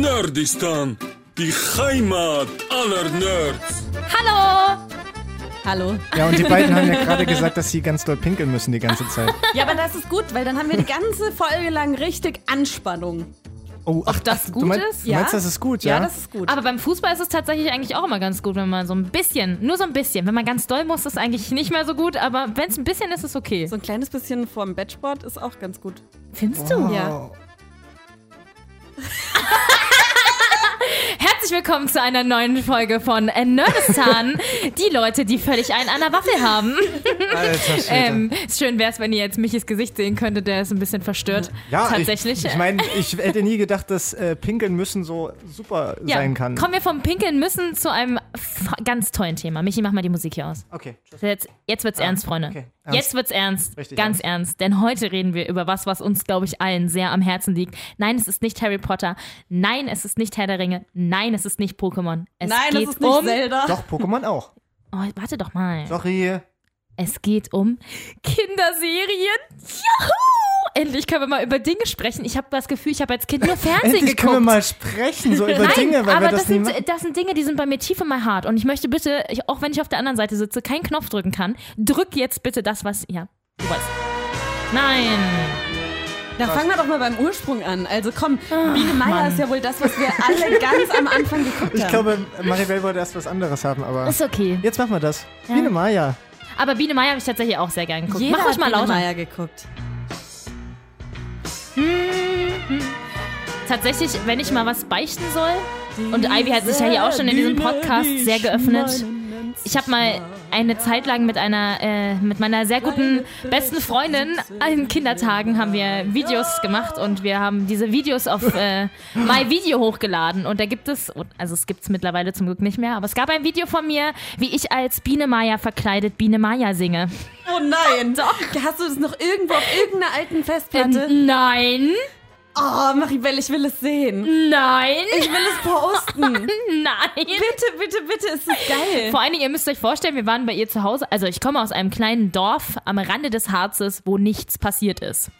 Nerdistan, die Heimat aller Nerds. Hallo! Hallo. Ja, und die beiden haben ja gerade gesagt, dass sie ganz doll pinkeln müssen die ganze Zeit. Ja, aber das ist gut, weil dann haben wir die ganze Folge lang richtig Anspannung. Oh, ach, das ach, gut du meinst, ist? Du meinst, Ja. das ist gut, ja? Ja, das ist gut. Aber beim Fußball ist es tatsächlich eigentlich auch immer ganz gut, wenn man so ein bisschen, nur so ein bisschen, wenn man ganz doll muss, ist eigentlich nicht mehr so gut, aber wenn es ein bisschen ist, ist okay. so ein kleines bisschen vorm Bettsport ist auch ganz gut. Findest du? Oh, Ja. Herzlich willkommen zu einer neuen Folge von äh, Nerdistan. die Leute, die völlig einen an der Waffel haben. Alter Schwede. Ähm, schön wäre es, wenn ihr jetzt Michis Gesicht sehen könntet, der ist ein bisschen verstört. ja, tatsächlich. äh. Ich, ich meine, ich hätte nie gedacht, dass äh, pinkeln müssen so super ja, sein kann. Kommen wir vom Pinkeln müssen zu einem f- ganz tollen Thema. Michi, mach mal die Musik hier aus. Okay, tschüss. Jetzt, jetzt wird's ernst, Freunde. Ah, okay. Ernst. Jetzt wird's ernst. Richtig Ganz ernst. ernst. Denn heute reden wir über was, was uns, glaube ich, allen sehr am Herzen liegt. Nein, es ist nicht Harry Potter. Nein, es ist nicht Herr der Ringe. Nein, es ist nicht Pokémon. Es Nein, geht das ist nicht um. Zelda. Doch, Pokémon auch. Oh, warte doch mal. Sorry. Es geht um Kinderserien. Juhu! Endlich können wir mal über Dinge sprechen. Ich habe das Gefühl, ich habe als Kind nur Fernsehen Endlich geguckt. können wir mal sprechen, so über Nein, Dinge, weil aber wir das, das, nie sind, machen. das sind Dinge, die sind bei mir tief in my heart. Und ich möchte bitte, ich, auch wenn ich auf der anderen Seite sitze, keinen Knopf drücken kann, drück jetzt bitte das, was. Ja, du weißt. Nein! Da fangen wir doch mal beim Ursprung an. Also komm, Biene Meier ist ja wohl das, was wir alle ganz am Anfang geguckt haben. Ich glaube, Maribel wollte erst was anderes haben, aber Ist okay. jetzt machen wir das. Biene Maya. Aber Biene Meier habe ich tatsächlich auch sehr gern geguckt. jeder Mach ruhig hat mal Biene lauter. Meier geguckt. Tatsächlich, wenn ich mal was beichten soll, und Ivy hat sich ja hier auch schon in diesem Podcast sehr geöffnet. Ich habe mal eine Zeit lang mit einer, äh, mit meiner sehr guten besten Freundin an Kindertagen haben wir Videos gemacht und wir haben diese Videos auf äh, My Video hochgeladen und da gibt es, also es gibt es mittlerweile zum Glück nicht mehr, aber es gab ein Video von mir, wie ich als Biene Maya verkleidet Biene Maya singe. Oh nein! Doch. äh. Hast du das noch irgendwo auf irgendeiner alten Festplatte? Ähm, nein, Oh, Maribel, ich will es sehen. nein, Ich will es posten. nein. Bitte, bitte, bitte, es ist geil. Vor allen Dingen, ihr müsst euch vorstellen, wir waren bei ihr zu Hause. Also ich komme aus einem kleinen Dorf am Rande des Harzes, wo nichts passiert ist.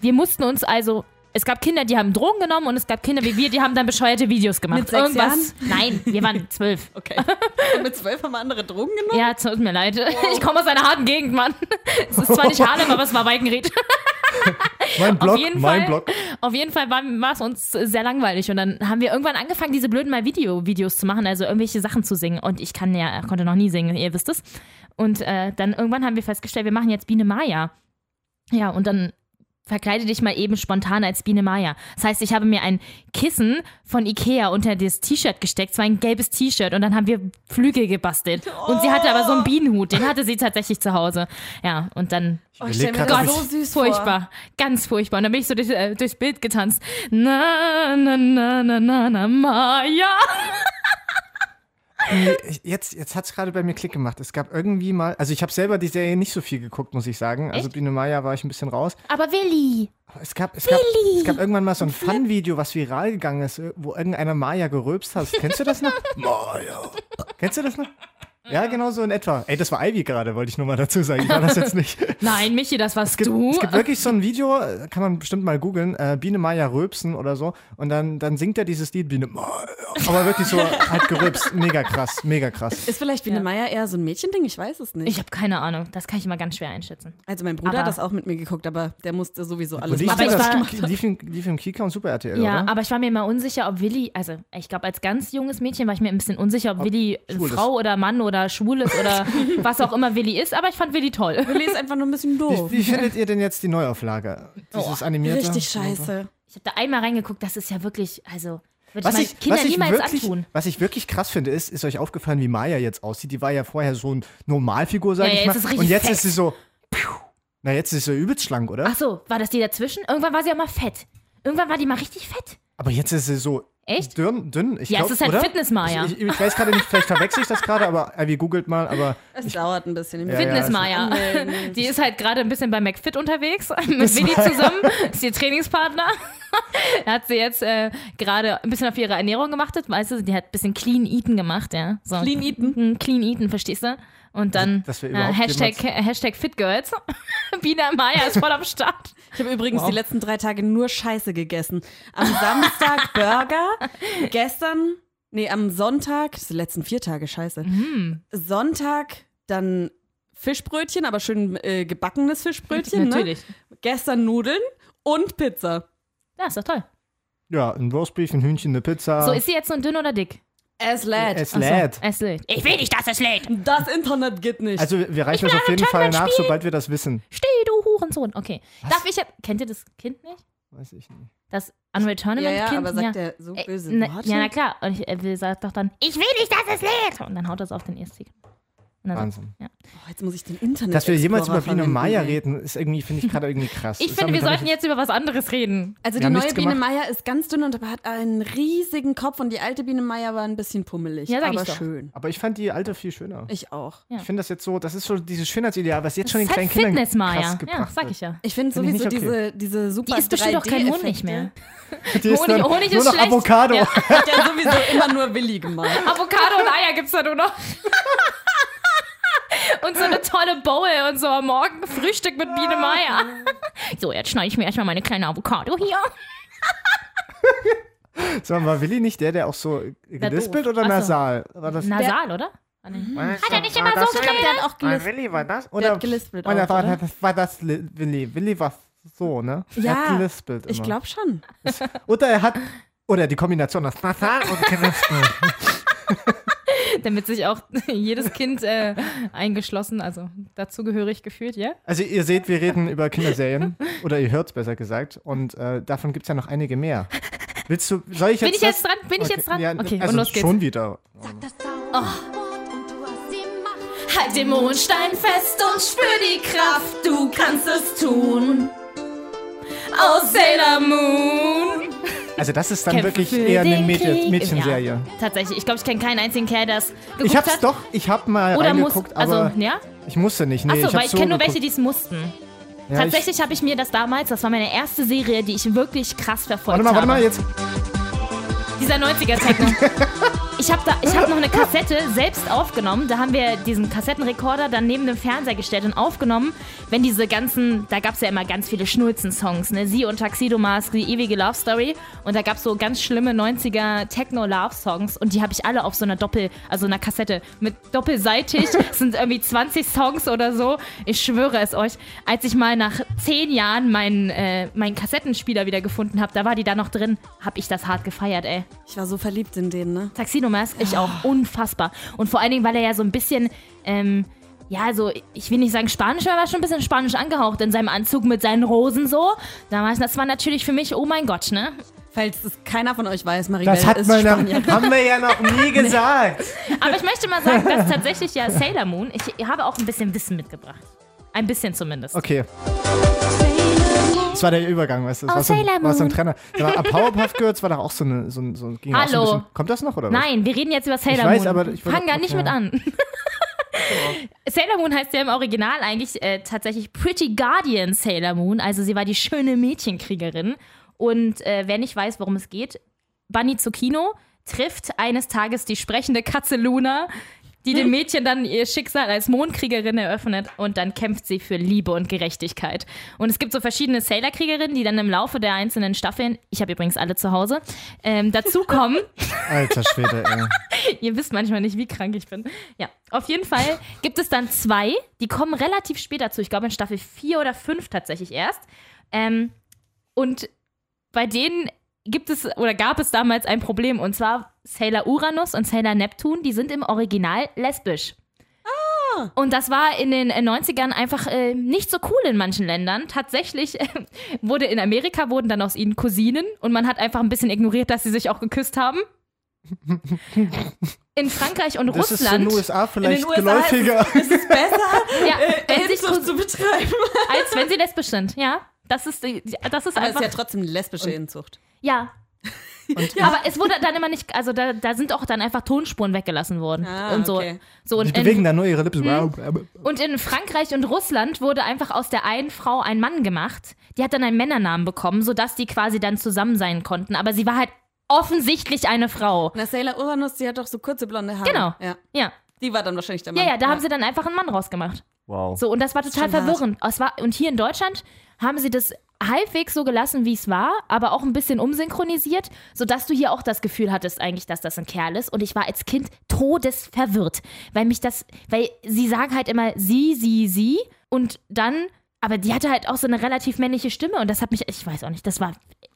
Wir mussten uns also. Es gab Kinder, die haben Drogen genommen und es gab Kinder wie wir, die haben dann bescheuerte Videos gemacht. Mit sechs Oh. Irgendwas. Nein, wir waren zwölf. Okay. Und mit zwölf haben wir andere Drogen genommen? Ja, tut mir leid. Ich komme aus einer harten Gegend, Mann. Es ist zwar nicht Harlem, aber es war Weikenried. Mein Blog, jeden mein Fall. Blog. Auf jeden Fall war war es uns sehr langweilig und dann haben wir irgendwann angefangen, diese blöden mal Video-Videos zu machen, also irgendwelche Sachen zu singen. Und ich kann ja, äh, konnte noch nie singen, ihr wisst es. Und äh, dann irgendwann haben wir festgestellt, wir machen jetzt Biene Maya. Ja, und dann verkleide dich mal eben spontan als Biene Maya. Das heißt, ich habe mir ein Kissen von Ikea unter das T-Shirt gesteckt, zwar ein gelbes T-Shirt, und dann haben wir Flügel gebastelt. Und sie hatte aber so einen Bienenhut, den hatte sie tatsächlich zu Hause. Ja, und dann Ich Oh, ich überleg stell mir grad, ob das ich- so süß vor. furchtbar, ganz furchtbar. Und dann bin ich so durch, äh, durchs Bild getanzt. Na, na, na, na, na, na, Maya. Nee, ich- Jetzt, jetzt hat es gerade bei mir Klick gemacht. Es gab irgendwie mal, also ich habe selber die Serie nicht so viel geguckt, muss ich sagen. Also Biene Maya war ich ein bisschen raus. Aber Willi. Aber es gab, es gab, es gab irgendwann mal so ein Fun-Video, was viral gegangen ist, wo irgendeiner Maya geröbst hat. Kennst du das noch? Maya. Kennst du das noch? Ja, genau so in etwa. Ey, das war Ivy gerade, wollte ich nur mal dazu sagen. Ich war das jetzt nicht. Nein, Michi, das warst Es gibt, du. es gibt wirklich so ein Video, äh, kann man bestimmt mal googeln, äh, Biene Maya röpsen oder so. Und dann, dann singt er dieses Lied Biene Maya. Aber wirklich so halt geröpst. Mega krass, mega krass. Ist vielleicht Biene Meier eher so ein Mädchending? Ich weiß es nicht. ich habe keine Ahnung. Das kann ich immer ganz schwer einschätzen. also mein Bruder Aber- hat das auch mit mir geguckt, aber der musste sowieso alles Wo lief machen. ich denn Aber war- das? Lief, im- lief im Kika und Super RTL, Ja, oder? aber ich war mir immer unsicher, ob Willi, also ich glaube, als ganz junges Mädchen war ich mir ein bisschen unsicher, ob, Willi äh, schwul ist. Frau oder Mann oder schwul ist oder was auch immer Willi ist, aber ich fand Willi toll. ich lese einfach nur ein bisschen doof. Wie, wie findet ihr denn jetzt die Neuauflage? Dieses animierte? Richtig scheiße. Ich habe da einmal reingeguckt, das ist ja wirklich, also würde ich, Was meinen ich, Kindern was, ich niemals wirklich, antun. was ich wirklich krass finde, ist, ist euch aufgefallen, wie Maya jetzt aussieht. Die war ja vorher so ein Normalfigur, sag Ja, ich jetzt mal. ist richtig und jetzt fett. ist sie so. piu. Na, jetzt ist sie übelst schlank, oder? Ach so, war das die dazwischen? Irgendwann war sie auch mal fett. Irgendwann war die mal richtig fett. Aber jetzt ist sie so Echt? dünn. dünn. Ich Ja, es glaub, ist halt oder? Fitness-Maya. Ich, ich, ich weiß gerade nicht, vielleicht verwechsel ich das gerade, aber äh, wie googelt mal, aber Es dauert ein bisschen. Ja, Fitness also- Maya. Nee, nee. Die ist halt gerade ein bisschen bei McFit unterwegs mit Willi zusammen. Ist ihr Trainingspartner. Da hat sie jetzt äh, gerade ein bisschen auf ihre Ernährung gemachtet. Weißt du, die hat ein bisschen Clean Eaten gemacht, ja. So. Clean Eaten. Clean Eaten, verstehst du? Und dann Also, Dass wir äh, überhaupt Hashtag, Hashtag FitGirls. Biene Maya ist voll am Start. Ich habe übrigens die letzten drei Tage nur Scheiße gegessen. Am Samstag Burger, gestern, nee, am Sonntag, das sind die letzten vier Tage Scheiße. Mhm. Sonntag dann Fischbrötchen, aber schön äh, gebackenes Fischbrötchen. Natürlich. Ne? Gestern Nudeln und Pizza. Ja, ist doch toll. Ja, ein Roastbeef, ein Hühnchen, eine Pizza. So, ist sie jetzt nun dünn oder dick? Es lädt. es Ach so, Ah. lädt. Es lädt. Ich will nicht, dass es lädt. Das Internet geht nicht. Also wir wir reichen das auf jeden Fall nach, sobald wir das wissen. Steh, du Hurensohn. Okay. Darf ich jetzt. Kennt ihr das Kind nicht? Weiß ich nicht. Das Unreal ja, Tournament ja, ne, Kind? aber sagt er so Äh, böse na- Worte? Ja, na klar. Und ich äh, will- sagt doch dann, ich will nicht, dass es lädt. Und dann haut das auf den ersten. Wahnsinn. oh, jetzt muss ich den Internet Dass wir jemals über Explorer Biene Maya verwenden, ey. reden, ist irgendwie, finde ich gerade irgendwie krass. Ich Ist finde, wir damit hab sollten jetzt über was anderes reden. Also Wir die haben neue nichts Biene gemacht. Meier ist ganz dünn und aber hat einen riesigen Kopf und die alte Biene Meier war ein bisschen pummelig. Ja, sag aber ich doch. schön. Aber ich fand die alte viel schöner. Ich auch. Ja. Ich finde das jetzt so, das ist so dieses Schönheitsideal, was jetzt schon den das kleinen ist Kindern halt Fitness, Maya. krass Ja, gebracht sag ich wird. ja. Ich finde Find ich sowieso nicht diese, diese super Die isst bestimmt auch kein Honig 3D-Effekte. mehr. Die ist Honig- dann Honig nur ist noch schlecht. Avocado. Ja. Hat ja sowieso immer nur Willi gemacht. Avocado und Eier gibt's da nur noch. und so eine tolle Bowl und so am Morgen Frühstück mit Biene Meier. so, jetzt schneide ich mir erstmal meine kleine Avocado hier. Sag mal, war Willi nicht der, der auch so gelispelt doof. oder Ach so. nasal? War das Nasal, oder? Hat er nicht immer so geredet? Der hat auch gelispelt. Willi war das? Der Oder, hat gelispelt oder auch, war, oder? Das, war das Li- Willi? Willi war so, ne? Er hat Ja, gelispelt immer. Ich glaube schon. Oder er hat. Oder die Kombination aus nasal und gelispelt. Damit sich auch jedes Kind äh, eingeschlossen, also dazugehörig gefühlt, ja? Also ihr seht, wir reden über Kinderserien. Oder ihr hört es besser gesagt. Und äh, davon gibt es ja noch einige mehr. Willst du, soll ich Bin jetzt ich das- jetzt dran? Bin ich jetzt dran? Ja, Okay, also und los geht's. schon wieder. Oh. Halt den Mondstein fest und spür die Kraft, du kannst es tun. Aus Sailor Moon. Also das ist dann Kämpfe wirklich für eher eine den Mädchen, Krieg. Mädchenserie. Ja, tatsächlich, ich glaube, ich kenne keinen einzigen Kerl, der das geguckt Ich hab's hat. doch, ich hab mal Oder muss, reingeguckt, also, aber ja? ich musste nicht. Nee, Achso, ich weil hab's ich so kenne nur welche, geguckt. die es mussten. Ja, Ich, Tatsächlich habe ich mir das damals, das war meine erste Serie, die ich wirklich krass verfolgt warte mal, warte mal, habe. jetzt. Dieser 90er-Techno. ich habe hab noch eine Kassette selbst aufgenommen. Da haben wir diesen Kassettenrekorder dann neben dem Fernseher gestellt und aufgenommen, wenn diese ganzen, da gab es ja immer ganz viele Schnulzen-Songs, ne? Sie und Tuxedo Mask, die ewige Love Story. Und da gab es so ganz schlimme 90er-Techno-Love-Songs. Und die habe ich alle auf so einer Doppel, also einer Kassette mit doppelseitig. Es sind irgendwie 20 Songs oder so. Ich schwöre es euch. Als ich mal nach zehn Jahren meinen, äh, meinen Kassettenspieler wieder gefunden habe, da war die da noch drin, habe ich das hart gefeiert, ey. Ich war so verliebt in den, ne? Tuxedo Mask, ich auch. Unfassbar. Und vor allen Dingen, weil er ja so ein bisschen, ähm, ja, so, ich will nicht sagen Spanisch, aber er war schon ein bisschen Spanisch angehaucht in seinem Anzug mit seinen Rosen so. Da war ich, das war natürlich für mich, oh mein Gott, ne? Falls es keiner von euch weiß, Maribel Das hat ist man Spanierin. haben wir ja noch nie gesagt. Aber ich möchte mal sagen, dass tatsächlich ja Sailor Moon, ich habe auch ein bisschen Wissen mitgebracht. Ein bisschen zumindest. Okay. Das war der Übergang, weißt du? Das Oh, war so, Sailor ein- war so ein Moon. Trenner. Sag mal, Powerpuff Girls war doch auch so eine. So, ein- so, ging auch So Hallo. ein bisschen, kommt das noch oder was? Nein, wir reden jetzt über Sailor weiß, Moon. aber ich wollte- Fang da nicht ja. mit an. Sailor Moon heißt ja im Original eigentlich äh, tatsächlich Pretty Guardian Sailor Moon. Also sie war die schöne Mädchenkriegerin. Und äh, wer nicht weiß, worum es geht, Bunny Zucchino trifft eines Tages die sprechende Katze Luna, die Hm. dem Mädchen dann ihr Schicksal als Mondkriegerin eröffnet und dann kämpft sie für Liebe und Gerechtigkeit. Und es gibt so verschiedene Sailor-Kriegerinnen, die dann im Laufe der einzelnen Staffeln, ich habe übrigens alle zu Hause, ähm, dazukommen. Alter Schwede, ey. Ihr wisst manchmal nicht, wie krank ich bin. Ja, auf jeden Fall gibt es dann zwei, die kommen relativ spät dazu. Ich glaube in Staffel 4 oder 5 tatsächlich erst. Ähm, und bei denen gibt es oder gab es damals ein Problem. Und zwar Sailor Uranus und Sailor Neptun, die sind im Original lesbisch. Und das war in den äh, 90ern einfach äh, nicht so cool in manchen Ländern. Tatsächlich äh, wurde in Amerika wurden dann aus ihnen Cousinen und man hat einfach ein bisschen ignoriert, dass sie sich auch geküsst haben. In Frankreich und Das ist in Russland, den USA vielleicht USA geläufiger. Ist es besser, ja, wenn sich, Inzucht zu betreiben? als wenn sie lesbisch sind. Ja, das ist, die- die- das ist Aber es einfach. ist ja trotzdem lesbische Inzucht. ja. Aber es wurde dann immer nicht, also da, da sind auch dann einfach Tonspuren weggelassen worden Ah, und so. okay. so Die und in- bewegen da nur ihre Hm. Lippen. Und in Frankreich und Russland wurde einfach aus der einen Frau ein Mann gemacht. Die hat dann einen Männernamen bekommen, sodass die quasi dann zusammen sein konnten. Aber sie war halt offensichtlich eine Frau. Na, Sailor Uranus, die hat doch so kurze blonde Haare. Genau. Ja. Ja. Die war dann wahrscheinlich der Mann. Ja, ja, da haben sie dann einfach einen Mann rausgemacht. Wow. So, und das war total schon hart. verwirrend. Es war, und hier in Deutschland haben sie das halbwegs so gelassen, wie es war, aber auch ein bisschen umsynchronisiert, sodass du hier auch das Gefühl hattest eigentlich, dass das ein Kerl ist. Und ich war als Kind todesverwirrt, weil mich das, weil sie sagen halt immer sie, sie, sie und dann, aber die hatte halt auch so eine relativ männliche Stimme und das hat mich, ich weiß auch nicht, das war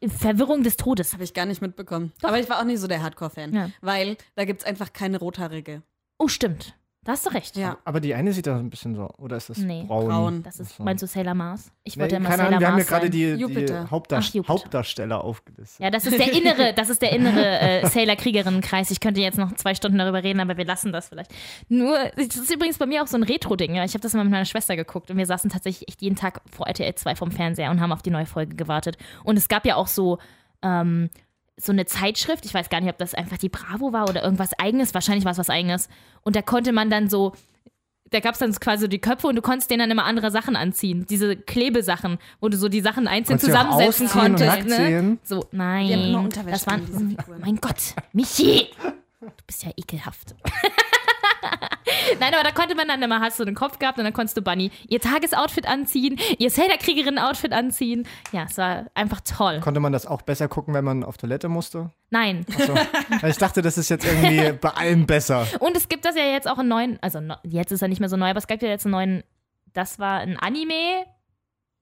Verwirrung des Todes. Habe ich gar nicht mitbekommen. Aber ich war auch nicht so der Hardcore-Fan, Ja. weil da gibt es einfach keine rothaarige. Oh, stimmt. Da hast du recht. Ja. Aber die eine sieht da so ein bisschen so, oder ist das Nee. braun? Braun. Das ist, Ach so. meinst du Sailor Mars? Ich Nee, wollte immer keine Sailor Ahnung, wir haben ja Mars gerade sein. die, die Jupiter. Hauptdarst Ach, Jupiter. Hauptdarsteller aufgelistet. Ja, das ist der innere, das ist der innere äh, Sailor-Kriegerinnen-Kreis. Ich könnte jetzt noch zwei Stunden darüber reden, aber wir lassen das vielleicht. Nur, das ist übrigens bei mir auch so ein Retro-Ding. Ja. Ich habe das mal mit meiner Schwester geguckt und wir saßen tatsächlich echt jeden Tag vor RTL 2 vom Fernseher und haben auf die neue Folge gewartet. Und es gab ja auch so, ähm, so eine Zeitschrift, ich weiß gar nicht, ob das einfach die Bravo war oder irgendwas eigenes, wahrscheinlich war es was eigenes. Und da konnte man dann so, da gab es dann quasi so die Köpfe und du konntest denen dann immer andere Sachen anziehen. Diese Klebesachen, wo du so die Sachen einzeln Konntest du auch zusammensetzen ausziehen und konntest. nackt ne? sehen? So, Die haben nein. immer Unterwäsche das an, diese waren, Figuren. mein Gott, Michi! Du bist ja ekelhaft. Nein, aber da konnte man dann immer, hast du den Kopf gehabt und dann konntest du Bunny ihr Tagesoutfit anziehen, ihr Zelda-Kriegerin-Outfit anziehen. Ja, es war einfach toll. Konnte man das auch besser gucken, wenn man auf Toilette musste? Nein, So. ich dachte, das ist jetzt irgendwie bei allem besser. Und es gibt das ja jetzt auch einen neuen, also no, jetzt ist er nicht mehr so neu, aber es gab ja jetzt einen neuen, das war ein Anime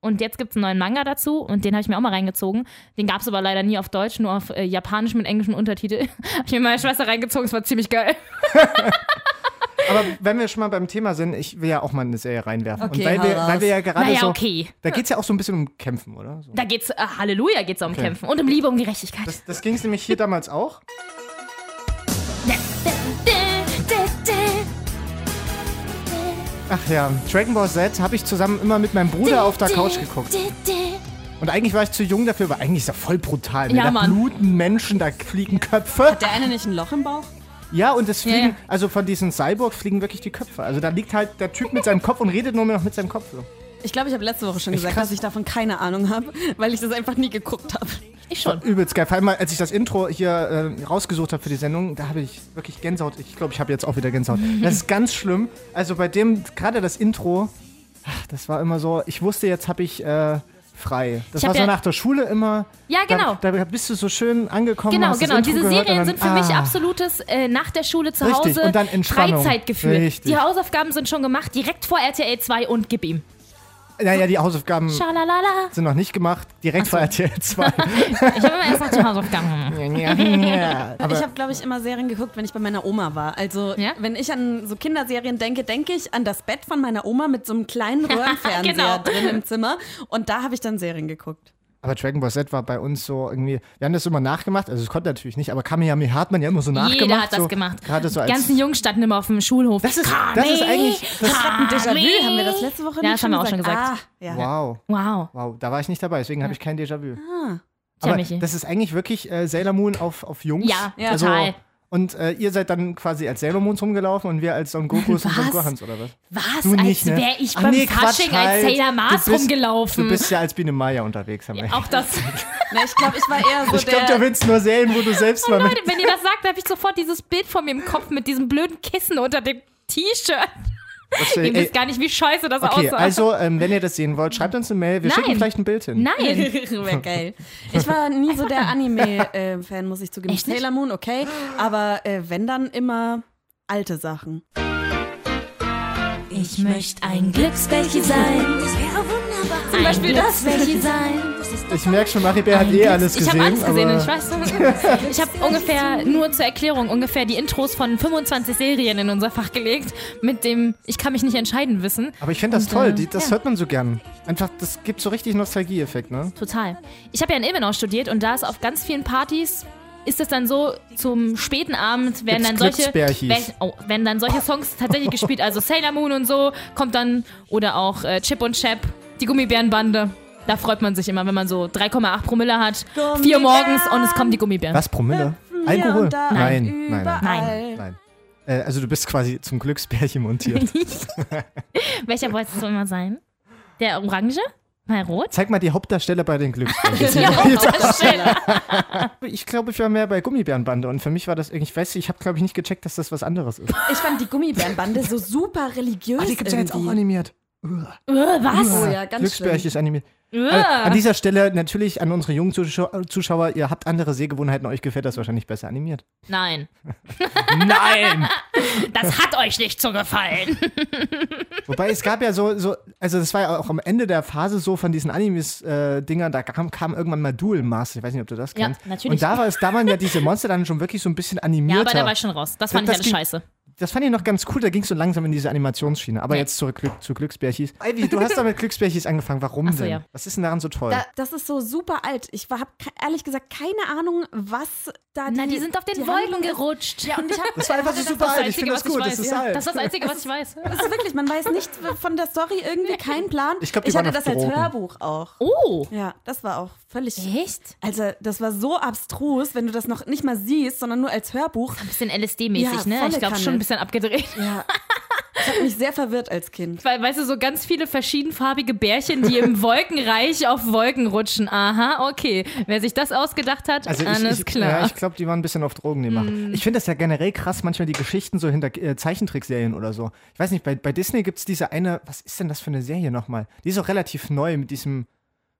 und jetzt gibt es einen neuen Manga dazu und den habe ich mir auch mal reingezogen. Den gab es aber leider nie auf Deutsch, nur auf äh, Japanisch mit englischen Untertitel. habe ich mir meine Schwester reingezogen, es war ziemlich geil. Aber wenn wir schon mal beim Thema sind, ich will ja auch mal eine Serie reinwerfen. Okay, und weil hau wir, raus. weil wir ja gerade Naja, so. okay. Da geht es ja auch so ein bisschen um Kämpfen, oder? So. Da geht's, äh, Halleluja, geht's um Okay. Kämpfen und um Liebe, um Gerechtigkeit. Das, das ging es nämlich hier damals auch. Ach ja, Dragon Ball Z habe ich zusammen immer mit meinem Bruder auf der Couch geguckt. Und eigentlich war ich zu jung dafür, aber eigentlich ist er voll brutal. ne? Ja, da Mann. bluten Menschen, da fliegen Köpfe. Der eine nicht ein Loch im Bauch? Ja, und es fliegen, ja. also von diesen Cyborg fliegen wirklich die Köpfe. Also da liegt halt der Typ mit seinem Kopf und redet nur noch mit seinem Kopf. So. Ich glaube, ich habe letzte Woche schon Ich gesagt, kann- dass ich davon keine Ahnung habe, weil ich das einfach nie geguckt habe. Ich schon. Übelst geil. Vor allem, als ich das Intro hier äh, rausgesucht habe für die Sendung, da habe ich wirklich Gänsehaut. Ich glaube, ich habe jetzt auch wieder Gänsehaut. Mhm. Das ist ganz schlimm. Also bei dem, gerade das Intro, ach, das war immer so, ich wusste, jetzt habe ich äh, frei. Das Ich hab war so ja- nach der Schule immer. Ja, genau. Da, da bist du so schön angekommen. Genau, hast das genau. Intro Diese gehört und Serien dann, sind für ah, mich absolutes äh, nach der Schule zu Richtig, Hause und dann Entspannung. Freizeitgefühl. Richtig. Die Hausaufgaben sind schon gemacht, direkt vor RTL 2 und gib ihm. Naja, die Hausaufgaben Schalalala. sind noch nicht gemacht. Direkt vor RTL 2. Ich habe immer erst noch die Hausaufgaben gemacht. Aber ich habe, glaube ich, immer Serien geguckt, wenn ich bei meiner Oma war. Also, Ja? wenn ich an so Kinderserien denke, denke ich an das Bett von meiner Oma mit so einem kleinen Röhrenfernseher Genau. drin im Zimmer. Und da habe ich dann Serien geguckt. Aber Dragon Ball Z war bei uns so irgendwie, wir haben das immer nachgemacht, also es konnte natürlich nicht, aber Kamiyami hat man ja immer so nachgemacht. Jeder hat das so, gemacht. Gerade die so als, ganzen Jungs standen immer auf dem Schulhof. das ist, das ist eigentlich, das, Ein Déjà-vu, haben wir das letzte Woche Ah, Ja, nicht das haben wir auch schon schon gesagt? gesagt. Ah, ja. wow, Wow. wow, da war ich nicht dabei, deswegen habe ich kein Déjà-vu. Ah. Tja, Aber Michi. das ist eigentlich wirklich äh, Sailor Moon auf, auf Jungs. Ja, Ja. also, total. Und äh, ihr seid dann quasi als Sailor Moons rumgelaufen und wir als Son Gokus und Son Was? Gohans oder was? Was? Du nicht, als ne? wäre ich Ach beim nee, Quatsch, Fasching als halt. Sailor Mars Du bist- rumgelaufen. Du bist ja als Biene Maya unterwegs, haben wir. auch das. Na, Ne, ich glaube, ich war eher so ich glaube, du der. willst nur Serien, wo du selbst mal mit. Leute, wenn ihr das sagt, habe ich sofort dieses Bild von mir im Kopf mit diesem blöden Kissen unter dem T-Shirt. Ihr Ey, wisst gar nicht, wie scheiße das Äh, okay, aussah. also ähm, wenn ihr das sehen wollt, schreibt uns eine Mail, wir Nein. schicken vielleicht ein Bild hin. Nein. Wär geil. Ich war nie so der Anime-Fan, muss ich zugeben. Echt nicht? Sailor Moon, okay. Aber äh, wenn dann immer alte Sachen. Ich möchte ein Glücksbärchen sein. Das wäre wunderbar. Zum Beispiel das. Glücksbärchen sein. Ich merke schon, Maribel hat eh alles Ich gesehen. habe alles gesehen, aber ich weiß. Ich habe ungefähr, nur zur Erklärung, ungefähr die Intros von 25 Serien in unser Fach gelegt, mit dem Ich kann mich nicht entscheiden wissen. Aber ich finde das äh, toll, die, das ja. hört man so gern. Einfach, das gibt so richtig Nostalgieeffekt, ne? Total. Ich habe ja in Ilmenau studiert und da ist auf ganz vielen Partys ist es dann so, zum späten Abend werden dann Gibt's solche, Glücksbärchis? werden, oh, werden dann solche Songs tatsächlich gespielt, also Sailor Moon und so, kommt dann, oder auch äh, Chip und Chap, die Gummibärenbande. Da freut man sich immer, wenn man so 3,8 Promille hat, vier Gummibären. morgens und es kommen die Gummibären. Was, Promille? Hier Alkohol? und da, Nein, nein, nein. überall. nein. Äh, also du bist quasi zum Glücksbärchen montiert. Welcher wolltest du immer sein? Der Orange? Mal rot? Zeig mal die Hauptdarsteller bei den Glücksspielen. ich glaube, ich war mehr bei Gummibärenbande und für mich war das irgendwie, ich weiß, nicht, ich habe glaube ich nicht gecheckt, dass das was anderes ist. Ich fand die Gummibärenbande so super religiös. Ah, die gibt's ja jetzt auch irgendwie. animiert. Äh, was? Oh ja, ganz Glücksbärchen schön. ist animiert. Also, an Äh. dieser Stelle natürlich an unsere jungen Zuschau- Zuschauer, ihr habt andere Sehgewohnheiten, euch gefällt das wahrscheinlich besser animiert. Nein. Nein! Das hat euch nicht so gefallen. Wobei es gab ja so, so also das war ja auch am Ende der Phase so von diesen Animes-Dingern, da kam, kam irgendwann mal Duel Master, ich weiß nicht, ob du das Ja, kennst. natürlich. Und da, war es, da waren ja diese Monster dann schon wirklich so ein bisschen animierter. Ja, aber da war ich schon raus. Das fand Das ich alles ging- scheiße. Das fand ich noch ganz cool, da ging es so langsam in diese Animationsschiene. Aber jetzt zurück Glück- zu Glücksbärchis. Ivy, du hast doch mit Glücksbärchis angefangen, warum Ach so, denn? ja. Was ist denn daran so toll? Da, das ist so super alt. Ich habe ehrlich gesagt keine Ahnung, was da die Na, die sind auf den die Wolken Handlung ist. gerutscht. Ja, und ich hab, das war einfach so super alt, ich finde das gut, das ist alt. Das ist das Einzige, was ich weiß. das ist wirklich, man weiß nichts von der Story, irgendwie keinen Plan. Ich glaub, die ich hatte waren auf das als Drogen. Hörbuch auch. Oh. Ja, das war auch völlig. Echt? Also, das war so abstrus, wenn du das noch nicht mal siehst, sondern nur als Hörbuch. Ein bisschen LSD-mäßig, Ja, ne? Ich volle glaube Kanne. schon ein bisschen abgedreht. Ja. Ich habe mich sehr verwirrt als Kind. Weil, weißt du, so ganz viele verschiedenfarbige Bärchen, die im Wolkenreich auf Wolken rutschen. Aha, okay. Wer sich das ausgedacht hat, alles Also ich, klar. Hm. Ja, ich glaube, die waren ein bisschen auf Drogen, die machen. Ich finde das ja generell krass, manchmal die Geschichten so hinter äh, Zeichentrickserien oder so. Ich weiß nicht, bei, bei Disney gibt es diese eine, was ist denn das für eine Serie nochmal? Die ist auch relativ neu mit diesem,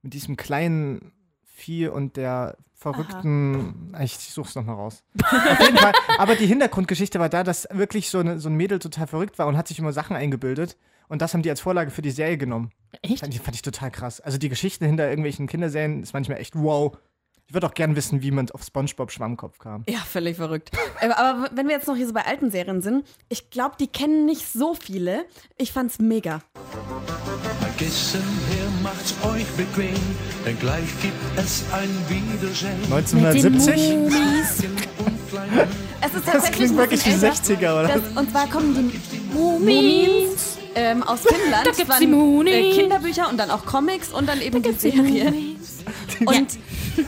mit diesem kleinen Vieh und der verrückten. Ich such's nochmal raus. auf jeden Fall. Aber die Hintergrundgeschichte war da, dass wirklich so, eine, so ein Mädel total verrückt war und hat sich immer Sachen eingebildet. Und das haben die als Vorlage für die Serie genommen. Echt? Fand ich, fand ich total krass. Also die Geschichten hinter irgendwelchen Kinderserien ist manchmal echt wow. Ich würde auch gern wissen, wie man auf Spongebob Schwammkopf kam. Ja, völlig verrückt. Aber, aber wenn wir jetzt noch hier so bei alten Serien sind, ich glaube, die kennen nicht so viele. Ich fand's mega. Vergessen, wer macht's euch bequem, denn gleich gibt es ein Wiedersehen. 1970? Und klein Es ist Das tatsächlich klingt ein wirklich wie bisschen älter. 60er, oder? Das, und zwar kommen die Mumins ähm, aus Finnland. Da gibt's waren, die Mumis. Äh, Kinderbücher und dann auch Comics und dann eben die Serie. Und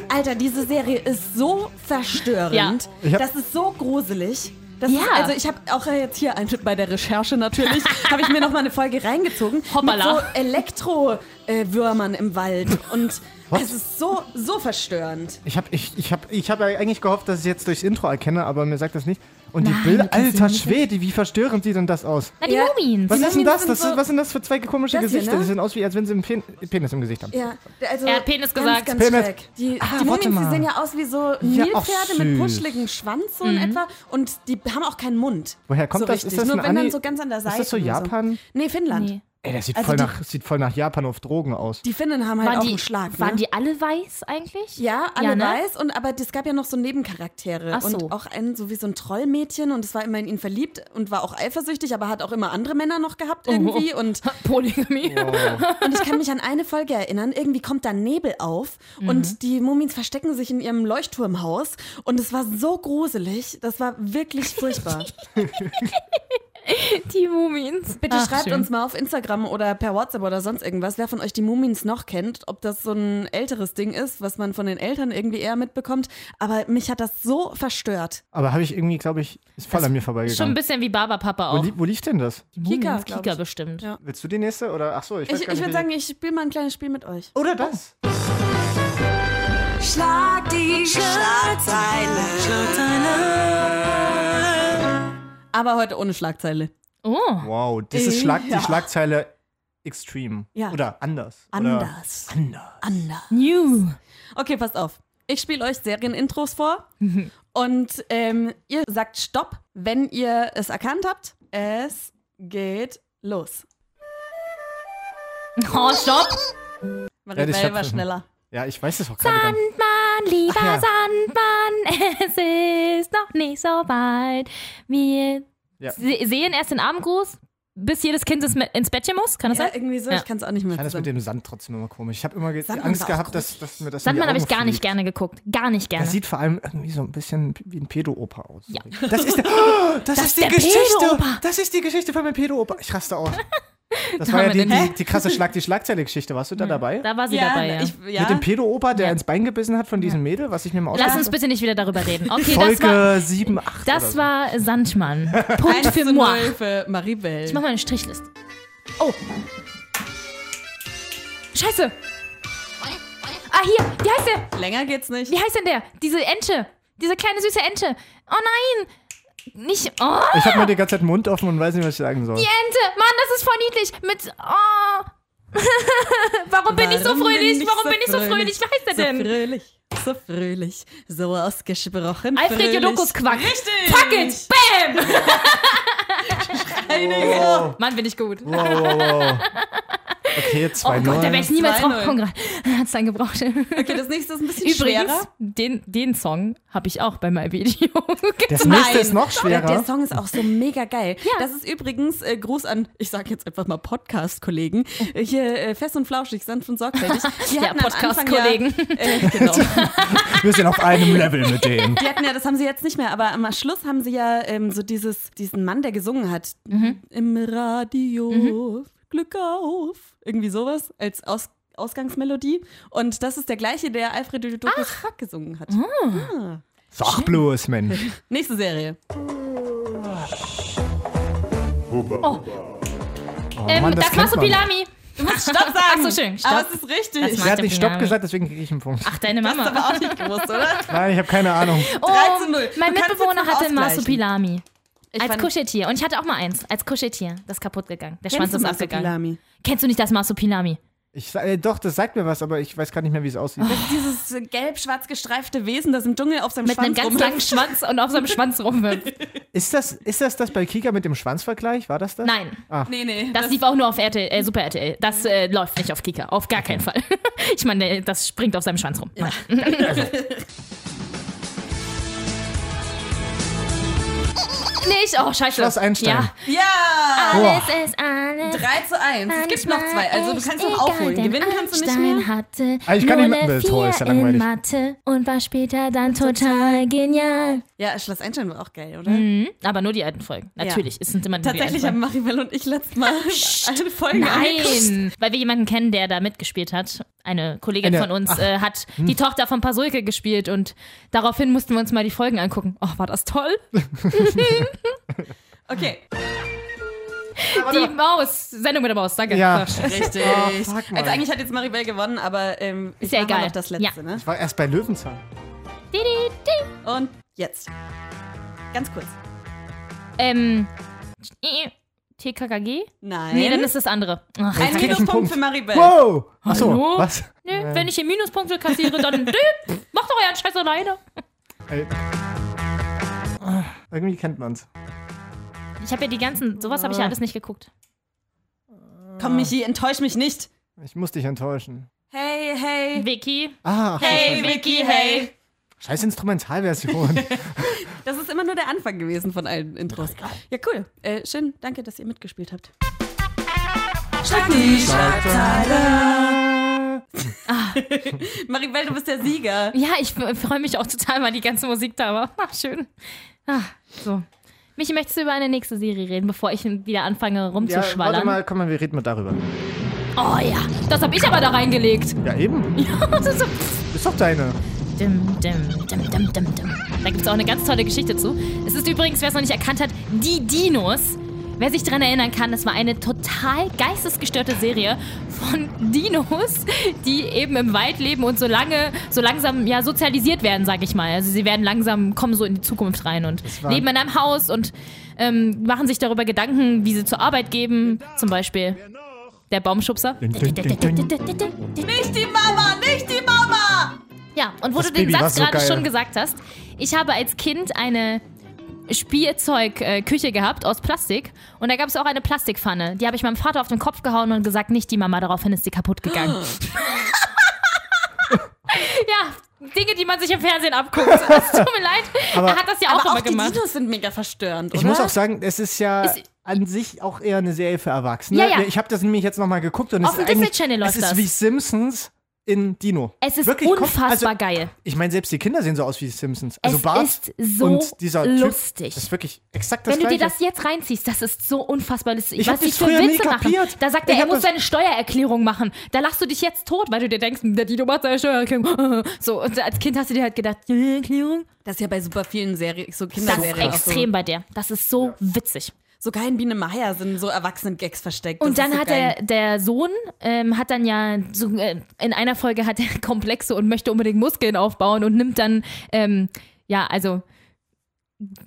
Alter, diese Serie ist so verstörend. Ja. Ich hab- Das ist so gruselig. Das Ja. ist, also ich habe auch äh, jetzt hier ein, bei der Recherche natürlich, habe ich mir nochmal eine Folge reingezogen Hoppala. mit so Elektrowürmern äh, Würmern im Wald und Was? es ist so, so verstörend. Ich habe ich, ich hab, ich hab ja eigentlich gehofft, dass ich es jetzt durchs Intro erkenne, aber mir sagt das nicht. Und die Nein, Bilder, kannst du alter nicht. Schwede, wie verstörend sieht denn das aus? Na, die Ja. Mumins. Was ist denn Mumien das? sind das so- ist, was sind das für zwei komische Das hier, Gesichter? ne? Das sehen aus, wie als wenn sie einen Pen Penis im Gesicht haben. Ja, der- also Er hat Penis gesagt. Ganz, ganz Penis. schräg. Die, Ah, die warte Mumien, mal. die sehen ja aus wie so Ja, Nilpferde auch mit süß. puschligen Schwanz so in Mhm. etwa und die haben auch keinen Mund. Woher kommt so das? Ist Richtig. das Nur ein wenn Ani- dann so ganz an der Ist das Seite. so und Japan? Nee, Finnland. Nee. Ey, das sieht, Also voll die- nach, sieht voll nach Japan auf Drogen aus. Die Finnen haben halt Waren auch die, einen Schlag. waren ne? die alle weiß eigentlich? ja, alle ne? weiß, und aber es gab ja noch so Nebencharaktere Ach so. und auch einen so wie so ein Trollmädchen und es war immer in ihn verliebt und war auch eifersüchtig, aber hat auch immer andere Männer noch gehabt Oh. irgendwie und Polygamie. Und ich kann mich an eine Folge erinnern, irgendwie kommt da Nebel auf und die Mumins verstecken sich in ihrem Leuchtturmhaus und es war so gruselig, das war wirklich furchtbar. Die Mumins. Bitte Ach, schreibt schön. uns mal auf Instagram oder per WhatsApp oder sonst irgendwas, wer von euch die Mumins noch kennt, ob das so ein älteres Ding ist, was man von den Eltern irgendwie eher mitbekommt, aber mich hat das so verstört. Aber habe ich irgendwie, glaube ich, ist voll an Schon mir ein vorbeigegangen. bisschen wie Barbapapa Wo, auch. li wo lief denn das? Die Mumins, Kika, glaub Kika ich. bestimmt. Ja. Willst du die nächste? Oder ach so, ich weiß Ich, gar nicht. ich würde sagen, wie- ich spiele mal ein kleines Spiel mit euch. Oder das. Schlag die Aber heute ohne Schlagzeile. Oh. Wow, das ist Schlag, Ja. die Schlagzeile extrem. Ja. Oder anders. Anders. Oder anders. Anders. New. Okay, passt auf. Ich spiele euch Serienintros vor und ähm, ihr sagt Stopp, wenn ihr es erkannt habt. Es geht los. Oh, stopp. Ja, das Maribel hab- war schneller. Ja, ich weiß es auch gerade gar nicht. Sandmann, lieber Ach ja. Sandmann, es ist noch nicht so weit. Wir Ja. se sehen erst den Abendgruß, bis jedes Kind ins, ins Bettchen muss. Kann das Ja, sein? irgendwie so, Ja. ich kann es auch nicht mehr Ich fand das mit zusammen. dem Sand trotzdem immer komisch. Ich habe immer ge- Sandmann Angst war auch gehabt, dass, dass mir das in die Sandmann habe ich Augen gar nicht fliegt. gerne geguckt. Gar nicht gerne. Das sieht vor allem irgendwie so ein bisschen wie ein Pädo-Opa aus. Ja. Das ist, der, oh, das ist die der Geschichte. Pädo-Opa. Das ist die Geschichte von meinem Pädo-Opa. Ich raste aus. Das war ja die, Damit- die, die krasse Schlag, die Schlagzeile-Geschichte. Warst du da dabei? da war sie ja, dabei, ja. Ich, ja. Mit dem Pädo-Opa, der Ja. ins Bein gebissen hat von diesem Mädel, was ich mir mal Lass ausgedacht uns bitte nicht wieder darüber reden. Okay, habe. das war, Folge 7, 8. das war Sandmann. Punkt 1 für zu moi. 0 für Maribel. Ich mach mal eine Strichliste. Oh. Scheiße. Ah, hier, wie heißt der? Länger geht's nicht. Wie heißt denn der? Diese Ente. Diese kleine süße Ente. Oh nein! Nicht. Oh, Ich habe mir die ganze Zeit den Mund offen und weiß nicht, was ich sagen soll. die Ente! Mann, das ist voll niedlich. Mit. Oh. Warum bin ich so Warum bin fröhlich? ich Warum so bin ich so fröhlich? fröhlich? Wie heißt der So denn? fröhlich, so fröhlich, so ausgesprochen. Alfred fröhlich. Jodokus Quack. Richtig! Fuck it! Bam! Oh. Wow, Mann, bin ich gut. wow, wow, wow. Okay, Oh Gott, da 2-0. wäre ich niemals drauf 2-0. gekommen gerade. Hat's dann gebraucht. Okay, das nächste ist ein bisschen Übrigens, schwerer. den, den Song habe ich auch bei meinem Video. das nächste ist noch Der, der schwerer. Song ist auch so mega geil. Ja. Das ist übrigens äh, Gruß an, ich sage jetzt einfach mal Podcast-Kollegen. Äh, hier äh, fest und flauschig, sanft und sorgfältig. Die Ja, hatten am Anfang Podcast-Kollegen. Ja, äh, genau. Wir sind auf einem Level mit denen. Die hatten ja, das haben sie jetzt nicht mehr, aber am Schluss haben sie ja ähm, so dieses, diesen Mann, der gesungen hat. Mhm. Im Radio, Glück auf. Irgendwie sowas als Aus Ausgangsmelodie. Und das ist der gleiche, der Alfred Jodokus Fuck gesungen hat. Mhm. Sag bloß, Mensch. Nächste Serie. ähm, Oh Mann, das das kennt machst du man. Pilami. Du musst Stopp sagen. Ach so, schön. Stopp. Aber es ist richtig. Das Sie mag- hat nicht Stopp Finale. gesagt, deswegen kriege ich einen Punkt. Ach, deine Das hast du Mama. aber auch nicht gewusst, oder? Nein, ich habe keine Ahnung. Oh, 3 zu 0. Mein Du kannst Mitbewohner jetzt noch hatte ausgleichen. Masupilami. Ich als fand- Kuscheltier. Und ich hatte auch mal eins. Als Kuscheltier. Das ist kaputt gegangen. Der Schwanz Kennst du ist Masse abgegangen. Pilami? Kennst du nicht das Masupilami? Ich, sa- äh, doch, das sagt mir was, aber ich weiß gar nicht mehr, wie es aussieht. Oh. Dieses äh, gelb-schwarz gestreifte Wesen, das im Dschungel auf seinem Mit Schwanz einem ganz rumhüpft. langen Schwanz und auf seinem Schwanz rumwirft. Ist das, ist das das bei Kika mit dem Schwanzvergleich? War das das? Nein. Nee, nee. Das lief auch nur auf RTL, äh, Super RTL. Das äh, läuft nicht auf Kika. Auf gar keinen Fall. Ich meine, der- das springt auf seinem Schwanz rum. Also. Nein. nicht. Oh, scheiße. Schloss Einstein. Ja. Ja! Boah. Es ist alles. 3 zu 1. Es gibt noch zwei, also du kannst noch Manchmal aufholen. echt Gewinnen kannst du nicht Einstein mehr. hatte Ah, ich kann nur nicht mit- eine Nö, toll, ist ja Vier in langweilig. Mathe und war später dann total genial. Ja, Schloss Einstein war auch geil, oder? Aber nur die alten Folgen. Natürlich. Es sind immer nur Tatsächlich die haben alten Folgen. Maribel und ich letztes Mal eine Folge angeguckt. Nein, weil wir jemanden kennen, der da mitgespielt hat. Eine Kollegin Eine- Hm. von uns äh, hat die Tochter von Pasulke gespielt und daraufhin mussten wir uns mal die Folgen angucken. Oh, war das toll? Okay, Die Maus, Sendung mit der Maus, danke. Ja. richtig. Oh, fuck, Mann. also eigentlich hat jetzt Maribel gewonnen, aber ähm, ich ja mach mal egal. noch das letzte, Ja. ne? Ich war erst bei Löwenzahn. Di, di, di. Und jetzt. Ganz kurz. Ähm, äh, TKKG? Nein. Nee, dann ist das andere. Ach, ein krieg ich einen Minuspunkt Punkt. für Maribel. Wow! Achso, Hallo? was? nö, wenn ich hier Minuspunkte kassiere, dann nö, mach doch euren Scheiß alleine. Ey. Ah, Irgendwie kennt man's. Ich habe ja die ganzen, sowas habe ich ja alles nicht geguckt. Komm, Michi, enttäusch mich nicht. Ich muss dich enttäuschen. Hey, hey. Vicky, Ah, ach, Hey, Vicky, hey. scheiß Instrumentalversion. Das ist immer nur der Anfang gewesen von allen Intros. Ja, cool. Äh, schön, danke, dass ihr mitgespielt habt. Maribel, du bist der Sieger. Ja, ich freue mich auch total, weil die ganze Musik da war. Ach, schön. Ah, so. Michi, möchtest du über eine nächste Serie reden, bevor ich wieder anfange ja, rumzuschwallern? warte mal, komm mal, wir reden mal darüber. Oh ja, das habe ich aber da reingelegt. Ja, eben. Das ist so- Ist doch deine. Dim, dim, dim, dim, dim, dim. Da gibt es auch eine ganz tolle Geschichte zu. Es ist übrigens, wer es noch nicht erkannt hat, die Dinos. Wer sich daran erinnern kann, das war eine total geistesgestörte Serie von Dinos, die eben im Wald leben und so lange, so langsam ja sozialisiert werden, sag ich mal. Also sie werden langsam, kommen so in die Zukunft rein und war- leben in einem Haus und ähm, machen sich darüber Gedanken, wie sie zur Arbeit geben. Zum Beispiel der Baumschubser. Nicht die Mama, nicht die Mama! Ja, und wo Das du den Baby war Satz so gerade geil. schon gesagt hast, ich habe als Kind eine Spielzeugküche gehabt aus Plastik und da gab es auch eine Plastikpfanne. Die habe ich meinem Vater auf den Kopf gehauen und gesagt, nicht die Mama, daraufhin ist sie kaputt gegangen. ja, Dinge, die man sich im Fernsehen abguckt. Es tut mir leid, Aber- er hat das ja auch Aber immer auch die gemacht. Dinos sind mega verstörend, oder? Ich muss auch sagen, es ist ja Ist- an sich auch eher eine Serie für Erwachsene. Ja, ja. Ich habe das nämlich jetzt nochmal geguckt und Auf es dem ist eigentlich- Disney Channel läuft Es ist das. wie Simpsons in Dino. Es ist Wirklich, kommt- unfassbar also, geil. Ich meine, selbst die Kinder sehen so aus wie die Simpsons. Also Es Bart ist so und dieser lustig. Typ, das ist wirklich exakt das Wenn du dir Gleiche. das jetzt reinziehst, das ist so unfassbar lustig. Ich was hab die das für früher nie Witze machen. kapiert. Da sagt er, Ich er hab muss das- seine Steuererklärung machen. Da lachst du dich jetzt tot, weil du dir denkst, "Hm, der Dino macht seine Steuererklärung. So, und als Kind hast du dir halt gedacht, Steuererklärung? Das ist ja bei super vielen Serien, so Das ist Kinderserien. auch extrem bei der. Das ist so witzig. So. Sogar in Biene Meier sind so Erwachsenen-Gags versteckt. Und Das dann ist so hat geil. der, der Sohn, ähm, hat dann ja, so, äh, in einer Folge hat er Komplexe und möchte unbedingt Muskeln aufbauen und nimmt dann, ähm, ja, also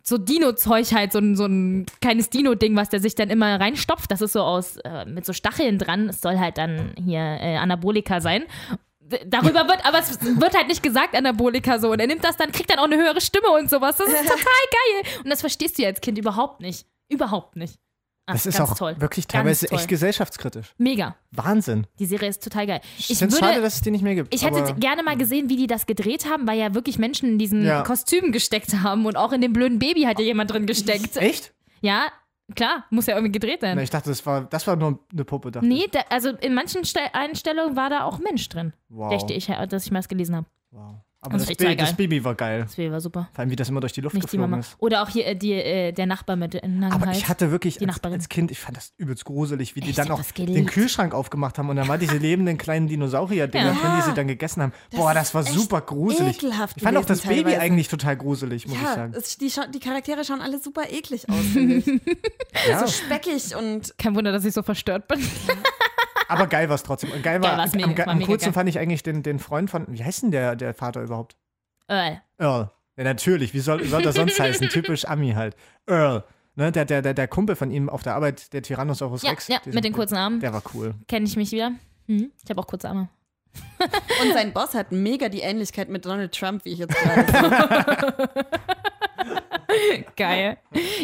so Dino-Zeug halt, so ein, so ein kleines Dino-Ding, was der sich dann immer reinstopft. Das ist so aus, äh, mit so Stacheln dran. Es soll halt dann hier äh, Anabolika sein. D- Darüber wird, aber es wird halt nicht gesagt, Anabolika so. Und er nimmt das dann, kriegt dann auch eine höhere Stimme und sowas. Das ist total geil. Und das verstehst du ja als Kind überhaupt nicht. Überhaupt nicht. Ah, Das ist ganz auch toll. wirklich Ganz teilweise toll. echt gesellschaftskritisch. Mega. Wahnsinn. Die Serie ist total geil. Ich Ich finde es schade, würde. dass es die nicht mehr gibt. Ich hätte aber- jetzt gerne mal gesehen, wie die das gedreht haben, weil ja wirklich Menschen in diesen Ja. Kostümen gesteckt haben und auch in dem blöden Baby hat ja jemand drin gesteckt. Echt? Ja, klar, muss ja irgendwie gedreht Na, werden. ich dachte, das war, das war nur eine Puppe. Dachte. Nee, da, also in manchen Ste Einstellungen war da auch Mensch drin. Wow. Dächte ich, dass ich mal das gelesen habe. Wow. Aber Das das, ist Bi total das geil. Baby war geil. Das war super. Vor allem, wie das immer durch die Luft Nicht die geflogen Mama. ist. Oder auch hier äh, die, äh, der halt. Nachbar mit in langen Aber Hals. ich hatte wirklich Die als, Nachbarin. als Kind, ich fand das übelst gruselig, wie die Ich dann hab auch das geliebt. den Kühlschrank aufgemacht haben und dann waren diese lebenden kleinen Dinosaurier-Dinger Ja. drin, die sie dann gegessen haben. Boah, das war echt super gruselig. ekelhaft Ich fand auch das gewesen Baby teilweise. eigentlich total gruselig, muss ich ja, sagen. es, die, scha- die Charaktere schauen alle super eklig aus. finde ich. So Ja. speckig und Kein Wunder, dass ich so verstört bin. Aber geil war es trotzdem. Und Geil war, war's mega, am, war am mega kurzen geil. fand ich eigentlich den, den Freund von, wie heißt denn der, der Vater überhaupt? Earl. Earl. Ja, natürlich, wie soll, soll das sonst heißen? Typisch Ami halt. Earl. Ne, der, der, der, der Kumpel von ihm auf der Arbeit, der Tyrannosaurus Ja, Rex. ja, diesen- mit den kurzen Armen. Der war cool. Kenne ich mich wieder. Hm? Ich habe auch kurze Arme. Und sein Boss hat mega die Ähnlichkeit mit Donald Trump, wie ich jetzt gerade sehe. Geil.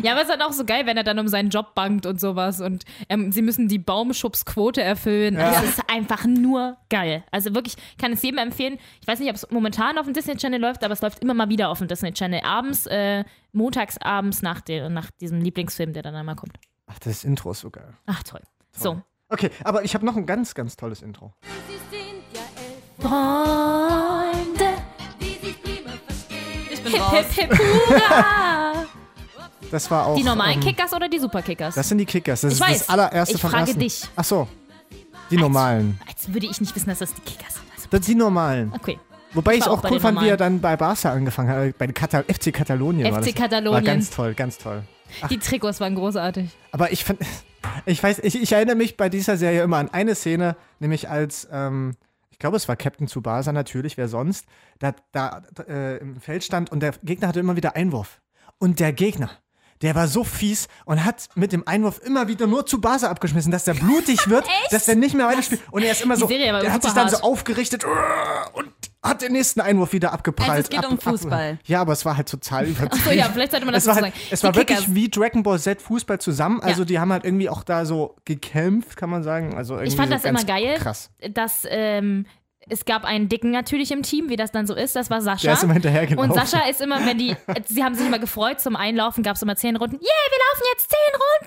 Ja, aber es ist dann auch so geil, wenn er dann um seinen Job bangt und sowas und ähm, sie müssen die Baumschubsquote erfüllen. Das ist einfach nur geil. Also wirklich, ich kann es jedem empfehlen. Ich weiß nicht, ob es momentan auf dem Disney Channel läuft, aber es läuft immer mal wieder auf dem Disney Channel. Abends, äh, montags abends nach, der, nach diesem Lieblingsfilm, der dann einmal kommt. Ach, das Intro ist so geil. Ach, toll. So. Okay, aber ich habe noch ein ganz, ganz tolles Intro. Freunde. Ich bin hip, hip, hip, hurra. Das war auch. Die normalen ähm, Kickers oder die Superkickers? Das sind die Kickers. Das Ich ist weiß. das allererste Ich vom frage ersten. dich. Ach so. Die normalen. Als würde ich nicht wissen, dass das die Kickers sind. Also, Das sind die normalen. okay. Wobei ich war auch, auch bei cool den fand, wie er normalen. dann bei Barca angefangen hat. äh, Bei den Katal FC Katalonien war FC das. War Katalonien. ganz toll, ganz toll. Die Trikots waren großartig. Aber ich fand. Ich weiß, ich, ich erinnere mich bei dieser Serie immer an eine Szene, nämlich als. Ähm, ich glaube, es war Captain Tsubasa natürlich, wer sonst, da, da äh, im Feld stand und der Gegner hatte immer wieder Einwurf. Und der Gegner, der war so fies und hat mit dem Einwurf immer wieder nur Tsubasa abgeschmissen, dass der blutig wird, dass der nicht mehr weiterspielt. Und er ist immer so, Serie war der hat super sich dann so hart. aufgerichtet "Uah!" und hat den nächsten Einwurf wieder abgeprallt. Also es geht ab, um Fußball. Ab, ja, aber es war halt total übertrieben. So, ja, vielleicht sollte man das Es war, so halt, sagen. es Die war wirklich Kickers. wie Dragon Ball Z Fußball zusammen. Also Ja. die haben halt irgendwie auch da so gekämpft, kann man sagen. Also irgendwie Ich fand so das ganz immer geil, Krass. dass ähm, es gab einen Dicken natürlich im Team, wie das dann so ist. Das war Sascha. Der ist immer hinterhergelaufen. Und Sascha ist immer, wenn die, sie haben sich immer gefreut zum Einlaufen, gab es immer zehn Runden. Yeah, wir laufen jetzt zehn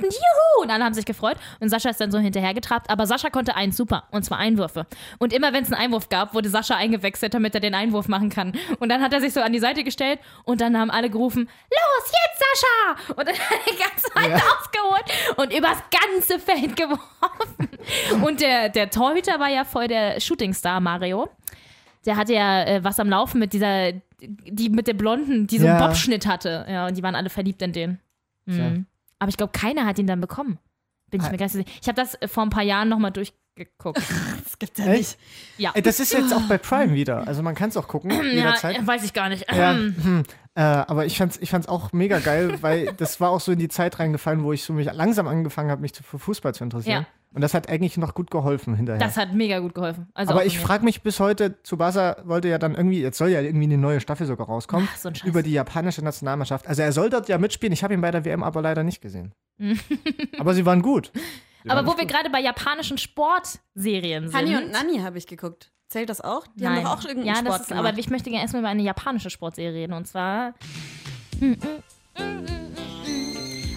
Runden, juhu! Und alle haben sich gefreut. Und Sascha ist dann so hinterhergetrabt. Aber Sascha konnte eins super, und zwar Einwürfe. Und immer wenn es einen Einwurf gab, wurde Sascha eingewechselt, damit er den Einwurf machen kann. Und dann hat er sich so an die Seite gestellt und dann haben alle gerufen, los, jetzt Sascha! Und dann hat er ganz weit aufgeholt und übers ganze Feld geworfen. Und der, der Torhüter war ja voll der Shootingstar, Mario der hatte ja äh, was am Laufen mit dieser, die mit der Blonden, die so Ja. einen Bobschnitt hatte. Ja, und die waren alle verliebt in den. Mhm. Aber ich glaube, keiner hat ihn dann bekommen. Bin ich mir ganz sicher. Ich habe das äh, vor ein paar Jahren nochmal durchgeguckt. Das gibt's ja nicht. Ja. Ey, das ist jetzt auch bei Prime wieder. Also man kann es auch gucken ja, ähm, jederzeit. weiß ich gar nicht. Ja, hm. äh, aber ich fand's, ich fand's auch mega geil, weil das war auch so in die Zeit reingefallen, wo ich so mich langsam angefangen habe, mich zu, für Fußball zu interessieren. Ja. Und das hat eigentlich noch gut geholfen hinterher. Das hat mega gut geholfen. Also auch aber ich mir. frage mich bis heute, Tsubasa wollte ja dann irgendwie, jetzt soll ja irgendwie eine neue Staffel sogar rauskommen, Ach, so ein Scheiß. über die japanische Nationalmannschaft. Also er soll dort ja mitspielen, ich habe ihn bei der WM aber leider nicht gesehen. Mhm. aber sie waren gut. Sie Aber waren wo echt wir gut. gerade bei japanischen Sportserien sind. Hani und Nani habe ich geguckt. Zählt das auch? Die Nein. haben doch auch irgendeinen ja, Sport das ist, gemacht. aber ich möchte gerne erstmal über eine japanische Sportserie reden und zwar.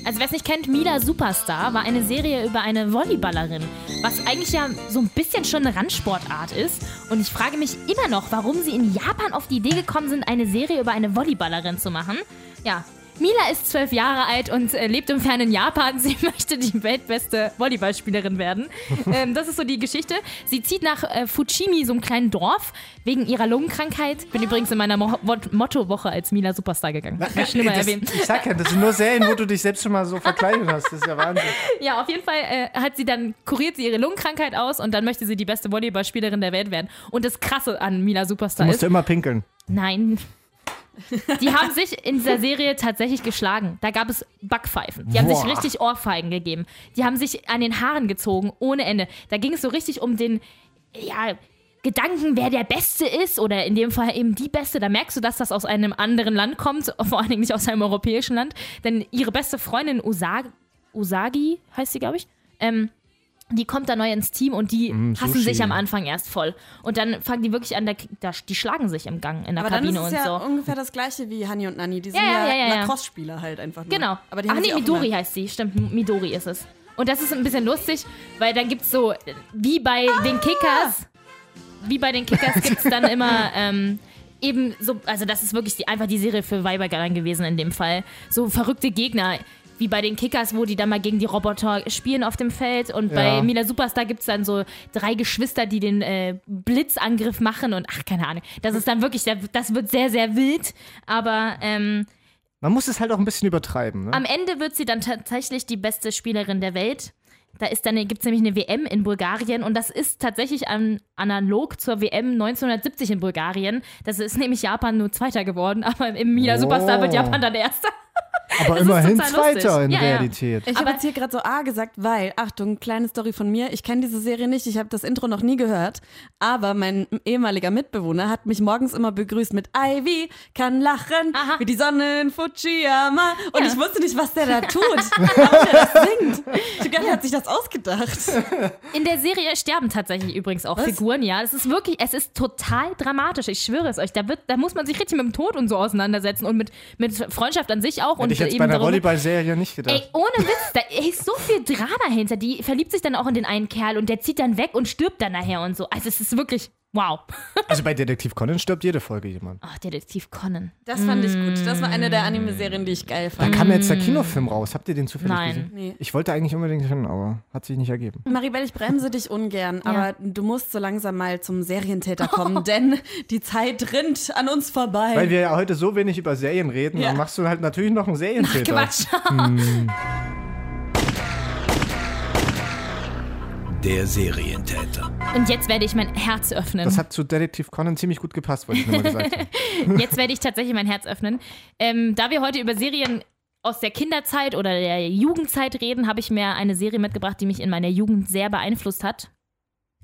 Also wer es nicht kennt, Mila Superstar war eine Serie über eine Volleyballerin, was eigentlich ja so ein bisschen schon eine Randsportart ist. Und ich frage mich immer noch, warum sie in Japan auf die Idee gekommen sind, eine Serie über eine Volleyballerin zu machen. Ja, Mila ist zwölf Jahre alt und äh, lebt im fernen Japan. Sie möchte die weltbeste Volleyballspielerin werden. ähm, das ist so die Geschichte. Sie zieht nach äh, Fuchimi, so einem kleinen Dorf, wegen ihrer Lungenkrankheit. Bin übrigens in meiner Mo Wort- Mottowoche als Mila Superstar gegangen. Hab ich schlimmer das, erwähnt. ich sag ja, das sind nur Serien, wo du dich selbst schon mal so verkleidet hast. Das ist ja Wahnsinn. Ja, auf jeden Fall äh, hat sie dann kuriert sie ihre Lungenkrankheit aus und dann möchte sie die beste Volleyballspielerin der Welt werden. Und das Krasse an Mila Du Superstar musst ist, ja immer pinkeln. nein. Die haben sich in dieser Serie tatsächlich geschlagen. Da gab es Backpfeifen. Die haben Boah. sich richtig Ohrfeigen gegeben. Die haben sich an den Haaren gezogen, ohne Ende. Da ging es so richtig um den, ja, Gedanken, wer der Beste ist oder in dem Fall eben die Beste, da merkst du, dass das aus einem anderen Land kommt, vor allen Dingen nicht aus einem europäischen Land, denn ihre beste Freundin Usagi, Usagi heißt sie, glaube ich, ähm, die kommt da neu ins Team und die hassen Mm, Sushi. sich am Anfang erst voll. Und dann fangen die wirklich an, da, da, die schlagen sich im Gang in der Aber dann ist Kabine es und ja um- so. ungefähr das gleiche wie Hani und Nani. Die sind Ja, ja, ja, ja, ja, ja. Lacrosse-Spieler halt einfach nur. Genau. Aber die Ach haben nee, sich auch Midori immer- heißt sie. Stimmt, M- Midori ist es. Und das ist ein bisschen lustig, weil dann gibt's so, äh, wie bei Ah! den Kickers, wie bei den Kickers gibt's dann immer ähm, eben so, also das ist wirklich die, einfach die Serie für Weibergallern gewesen in dem Fall. So verrückte Gegner, wie bei den Kickers, wo die dann mal gegen die Roboter spielen auf dem Feld. Und bei Ja. Mila Superstar gibt's dann so drei Geschwister, die den äh, Blitzangriff machen und ach, keine Ahnung. Das ist dann wirklich, das wird sehr, sehr wild, aber. Ähm, Man muss es halt auch ein bisschen übertreiben. Ne? am Ende wird sie dann tatsächlich die beste Spielerin der Welt. Da ist dann, gibt es nämlich eine WM in Bulgarien und das ist tatsächlich an, analog zur WM 1970 in Bulgarien. Das ist nämlich Japan nur Zweiter geworden, aber im Mila Oh. Superstar wird Japan dann Erster. Aber das ist immerhin total lustig. Zweiter in Ja, ja. Realität. Ich habe jetzt hier gerade so A gesagt, weil, Achtung, kleine Story von mir. Ich kenne diese Serie nicht, ich habe das Intro noch nie gehört. Aber mein ehemaliger Mitbewohner hat mich morgens immer begrüßt mit Ivy kann lachen Aha. wie die Sonne in Fujiyama. Und Ja. ich wusste nicht, was der da tut. Warum der das singt. Ich dachte, er hat sich das ausgedacht. In der Serie sterben tatsächlich übrigens auch Figuren, ja. Es ist wirklich, es ist total dramatisch, ich schwöre es euch. Da, wird, da muss man sich richtig mit dem Tod und so auseinandersetzen und mit, mit Freundschaft an sich auch. und Hätte ich jetzt eben bei einer darum- Volleyball-Serie nicht gedacht. Ey, ohne Witz, da ist so viel Drama hinter. Die verliebt sich dann auch in den einen Kerl und der zieht dann weg und stirbt dann nachher und so. Also es ist wirklich, wow. Also bei Detektiv Conan stirbt jede Folge jemand. Ach, Detektiv Conan. Das fand ich gut. Das war eine der Anime-Serien, die ich geil Da fand. kam jetzt der Kinofilm raus. Habt ihr den zufällig Mm. Nein. gesehen? Nee. Ich wollte eigentlich unbedingt hin, aber hat sich nicht ergeben. Maribel, ich bremse dich ungern, aber du musst so langsam mal zum Serientäter kommen, denn die Zeit rinnt an uns vorbei. Weil wir ja heute so wenig über Serien reden, Ja. dann machst du halt natürlich noch einen Serientäter. Quatsch. Der Serientäter. Und jetzt werde ich mein Herz öffnen. Das hat zu Detektiv Conan ziemlich gut gepasst, wollte ich nur mal gesagt haben. Jetzt werde ich tatsächlich mein Herz öffnen. Ähm, da wir heute über Serien aus der Kinderzeit oder der Jugendzeit reden, habe ich mir eine Serie mitgebracht, die mich in meiner Jugend sehr beeinflusst hat.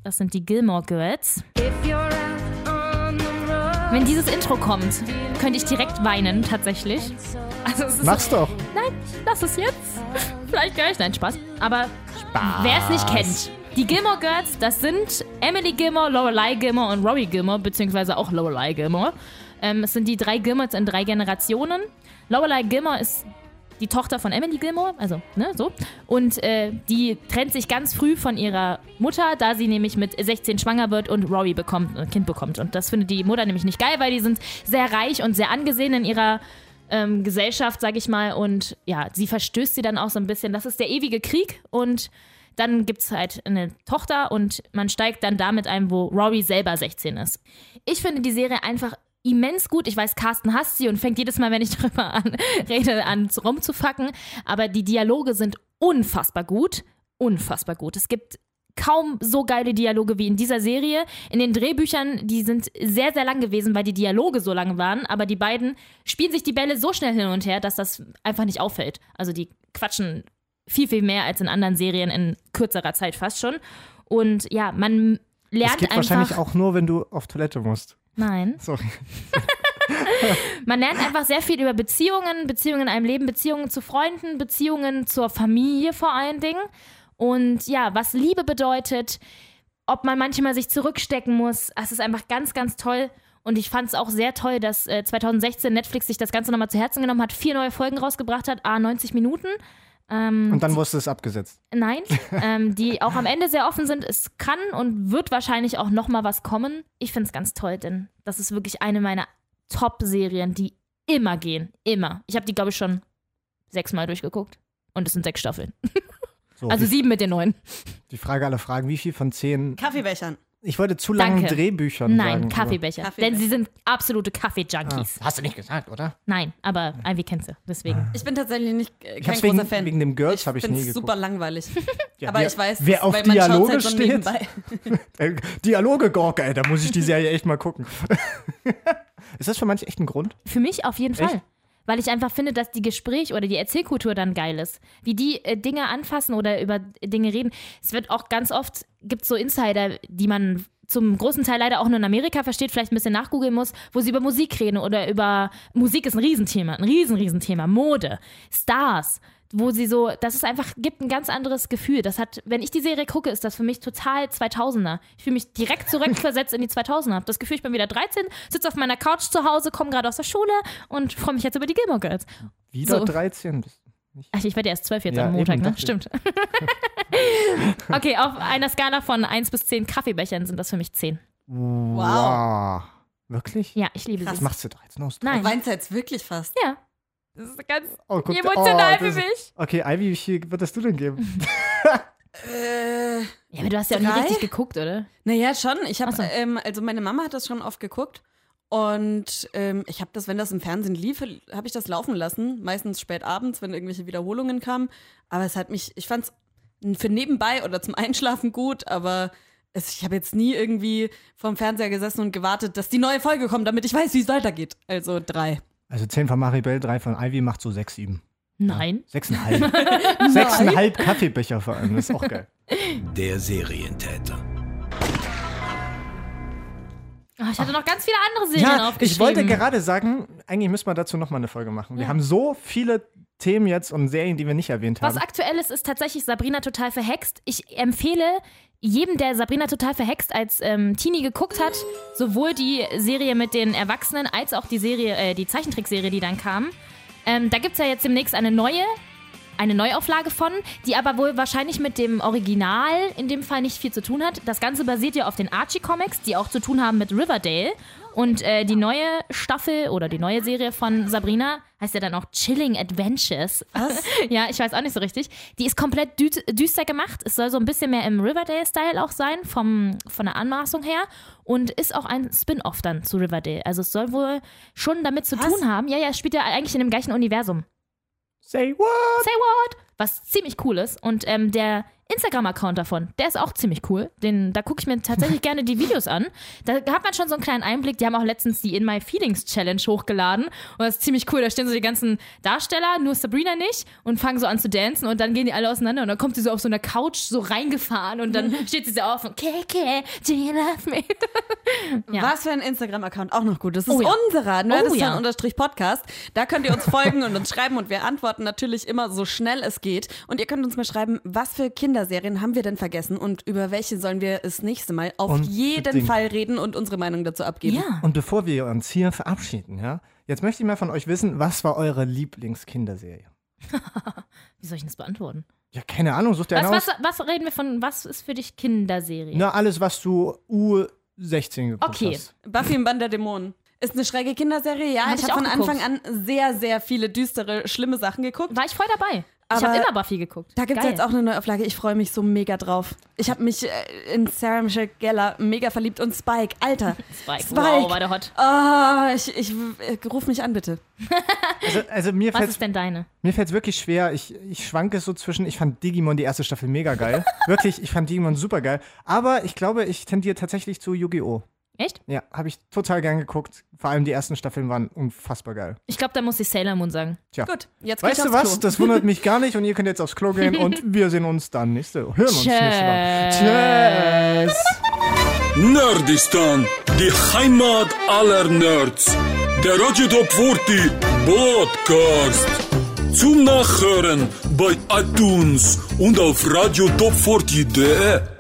Das sind die Gilmore Girls. Wenn dieses Intro kommt, könnte ich direkt weinen, tatsächlich. Also es ist Mach's doch. Nein, lass es jetzt. Vielleicht gleich. Nein, Spaß. Aber wer es nicht kennt. Die Gilmore Girls, das sind Emily Gilmore, Lorelei Gilmore und Rory Gilmore, beziehungsweise auch Lorelei Gilmore. Ähm, es sind die drei Gilmores in drei Generationen. Lorelei Gilmore ist die Tochter von Emily Gilmore, also ne, so. Und äh, die trennt sich ganz früh von ihrer Mutter, da sie nämlich mit 16 schwanger wird und Rory bekommt, ein Kind bekommt. Und das findet die Mutter nämlich nicht geil, weil die sind sehr reich und sehr angesehen in ihrer ähm, Gesellschaft, sag ich mal. Und ja, sie verstößt sie dann auch so ein bisschen. Das ist der ewige Krieg und dann gibt es halt eine Tochter und man steigt dann damit ein, wo Rory selber 16 ist. Ich finde die Serie einfach immens gut. Ich weiß, Carsten hasst sie und fängt jedes Mal, wenn ich drüber an, rede, an zu- rumzufacken. Aber die Dialoge sind unfassbar gut. Unfassbar gut. Es gibt kaum so geile Dialoge wie in dieser Serie. In den Drehbüchern, die sind sehr, sehr lang gewesen, weil die Dialoge so lang waren. Aber die beiden spielen sich die Bälle so schnell hin und her, dass das einfach nicht auffällt. Also die quatschen viel, viel mehr als in anderen Serien in kürzerer Zeit fast schon. Und ja, man lernt Das geht einfach. wahrscheinlich auch nur, wenn du auf Toilette musst. Nein. Sorry. Man lernt einfach sehr viel über Beziehungen, Beziehungen in einem Leben, Beziehungen zu Freunden, Beziehungen zur Familie vor allen Dingen. Und ja, was Liebe bedeutet, ob man manchmal sich zurückstecken muss. Es ist einfach ganz, ganz toll. Und ich fand es auch sehr toll, dass äh, 2016 Netflix sich das Ganze nochmal zu Herzen genommen hat, vier neue Folgen rausgebracht hat, a 90 Minuten. Ähm, Und dann wurdest du es abgesetzt. Nein, ähm, die auch am Ende sehr offen sind. Es kann und wird wahrscheinlich auch noch mal was kommen. Ich finde es ganz toll, denn das ist wirklich eine meiner Top-Serien, die immer gehen. Immer. Ich habe die, glaube ich, schon sechsmal durchgeguckt. Und es sind sechs Staffeln. So, Also die, sieben mit den neun. die Frage aller Fragen, wie viel von zehn? Kaffeebechern. Ich wollte zu Danke. langen Drehbüchern sagen. Nein, aber- Ah. Kaffeebecher. Kaffeebecher. Denn sie sind absolute Kaffee-Junkies. Hast du nicht gesagt, oder? Nein, aber Ivy kennt sie. Deswegen. Ich bin tatsächlich nicht, äh, Ich kein hab's großer wegen, Fan. wegen dem Girls habe ich find's nie geguckt. super langweilig. Ja, Aber wer- ich weiß, wer auf weil man Dialoge schaut's halt so steht. nebenbei. Äh, Dialoge, Gorka, ey, da muss ich die Serie echt mal gucken. Ist das für manche echt ein Grund? Für mich auf jeden Echt? Fall. Weil ich einfach finde, dass die Gespräch oder die Erzählkultur dann geil ist. Wie die äh, Dinge anfassen oder über Dinge reden. Es wird auch ganz oft, gibt so Insider, die man zum großen Teil leider auch nur in Amerika versteht, vielleicht ein bisschen nachgoogeln muss, wo sie über Musik reden oder über Musik ist ein Riesenthema, ein riesen, Riesenthema, Mode, Stars, wo sie so, das ist einfach, gibt ein ganz anderes Gefühl. Das hat, wenn ich die Serie gucke, ist das für mich total 2000er. Ich fühle mich direkt zurückversetzt in die 2000er. Hab das Gefühl, ich bin wieder 13, sitze auf meiner Couch zu Hause, komme gerade aus der Schule und freue mich jetzt über die Gilmore Girls. Wieder So. 13. bist- Ach, ich werde erst 12 jetzt Ja, am Montag, eben, ne? dachte ich. Stimmt. okay, auf einer Skala von 1 bis 10 Kaffeebechern sind das für mich 10. Wow. Wow. Wirklich? Ja, ich liebe Krass. Was sie. machst du 13 aus? Nein. Weinst du jetzt wirklich fast? Ja. Das ist ganz Oh, guck, emotional oh, für das ist- mich. Okay, Ivy, wie viel würdest du denn geben? Äh, Ja, aber du hast ja auch nie Drei? richtig geguckt, oder? naja, schon. Ich habe, Ach so. ähm, also meine Mama hat das schon oft geguckt. Und ähm, ich habe das, wenn das im Fernsehen lief, habe ich das laufen lassen. Meistens spät abends, wenn irgendwelche Wiederholungen kamen. Aber es hat mich, ich fand es für nebenbei oder zum Einschlafen gut, aber es, ich habe jetzt nie irgendwie vorm Fernseher gesessen und gewartet, dass die neue Folge kommt, damit ich weiß, wie es weitergeht. Also drei. Also 10 von Maribel, 3 von Ivy macht so 6, 7. Nein. 6,5. 6,5 Kaffeebecher vor allem, das ist auch geil. Der Serientäter. Ah, ich hatte noch ganz viele andere Serien Ja, aufgeschrieben. ich wollte gerade sagen, eigentlich müssen wir dazu nochmal eine Folge machen. Wir haben so viele Themen jetzt und Serien, die wir nicht erwähnt Was haben. aktuell ist, ist tatsächlich Sabrina total verhext. Ich empfehle jedem, der Sabrina total verhext als ähm, Teenie geguckt hat, sowohl die Serie mit den Erwachsenen als auch die Serie, äh, die Zeichentrickserie, die dann kam. Ähm, da gibt es ja jetzt demnächst eine neue, eine Neuauflage von, die aber wohl wahrscheinlich mit dem Original in dem Fall nicht viel zu tun hat. Das Ganze basiert ja auf den Archie-Comics, die auch zu tun haben mit Riverdale. Und äh, die neue Staffel oder die neue Serie von Sabrina heißt ja dann auch Chilling Adventures. Was? ja, ich weiß auch nicht so richtig. Die ist komplett dü düster gemacht. Es soll so ein bisschen mehr im Riverdale-Style auch sein, vom, von der Anmaßung her. Und ist auch ein Spin-off dann zu Riverdale. Also es soll wohl schon damit zu Was? tun haben. Ja, ja, es spielt ja eigentlich in dem gleichen Universum. Say what? Say what? Was ziemlich cool ist. Und ähm, der Instagram-Account davon, der ist auch ziemlich cool. Den, da gucke ich mir tatsächlich gerne die Videos an. Da hat man schon so einen kleinen Einblick. Die haben auch letztens die In My Feelings Challenge hochgeladen. Und das ist ziemlich cool. Da stehen so die ganzen Darsteller, nur Sabrina nicht, und fangen so an zu dancen. Und dann gehen die alle auseinander. Und dann kommt sie so auf so einer Couch so reingefahren. Und dann steht sie so auf und KK, do you love me? Ja. Was für ein Instagram-Account auch noch gut. Das ist Oh ja. unserer, ne? Oh das ist ja. dann unterstrich Podcast. Da könnt ihr uns folgen und uns schreiben und wir antworten natürlich immer so schnell es geht. Und ihr könnt uns mal schreiben, was für Kinderserien haben wir denn vergessen und über welche sollen wir das nächste Mal auf Unbedingt. jeden Fall reden und unsere Meinung dazu abgeben. Ja. Und bevor wir uns hier verabschieden, ja, jetzt möchte ich mal von euch wissen, was war eure Lieblingskinderserie? Wie soll ich das beantworten? Ja, keine Ahnung, sucht ihr Was, eine aus? was, was reden wir von, was ist für dich Kinderserie? Na, alles, was du U16 geguckt Okay. hast. Buffy im Band der Dämonen. Ist eine schräge Kinderserie, ja. Hab ich ich habe von auch geguckt. Anfang an sehr, sehr viele düstere, schlimme Sachen geguckt. War ich voll dabei. ich Aber habe immer Buffy geguckt. Da gibt es Geil. jetzt auch eine Neuauflage. Ich freue mich so mega drauf. Ich habe mich äh, in Sarah Michelle Gellar mega verliebt und Spike. Alter, Spike. Spike. Wow, war der hot. Ah, ich, ich, äh, ruf mich an, bitte. Also, also mir Was fällt's ist denn deine? Mir fällt es wirklich schwer. Ich, ich schwanke so zwischen. Ich fand Digimon die erste Staffel mega geil. wirklich, ich fand Digimon super geil. Aber ich glaube, ich tendiere tatsächlich zu Yu-Gi-Oh! Echt? Ja, habe ich total gern geguckt. Vor allem die ersten Staffeln waren unfassbar geil. Ich glaube, da muss ich Sailor Moon sagen. Tja. Gut, jetzt geht's Weißt du aufs was? Klo. Das wundert mich gar nicht und ihr könnt jetzt aufs Klo gehen und wir sehen uns dann nächste. Hören uns nächste Woche. Tschüss! Nerdistan, die Heimat aller Nerds. Der Radio Top 40 Podcast. Zum Nachhören bei iTunes und auf radiotop40.de.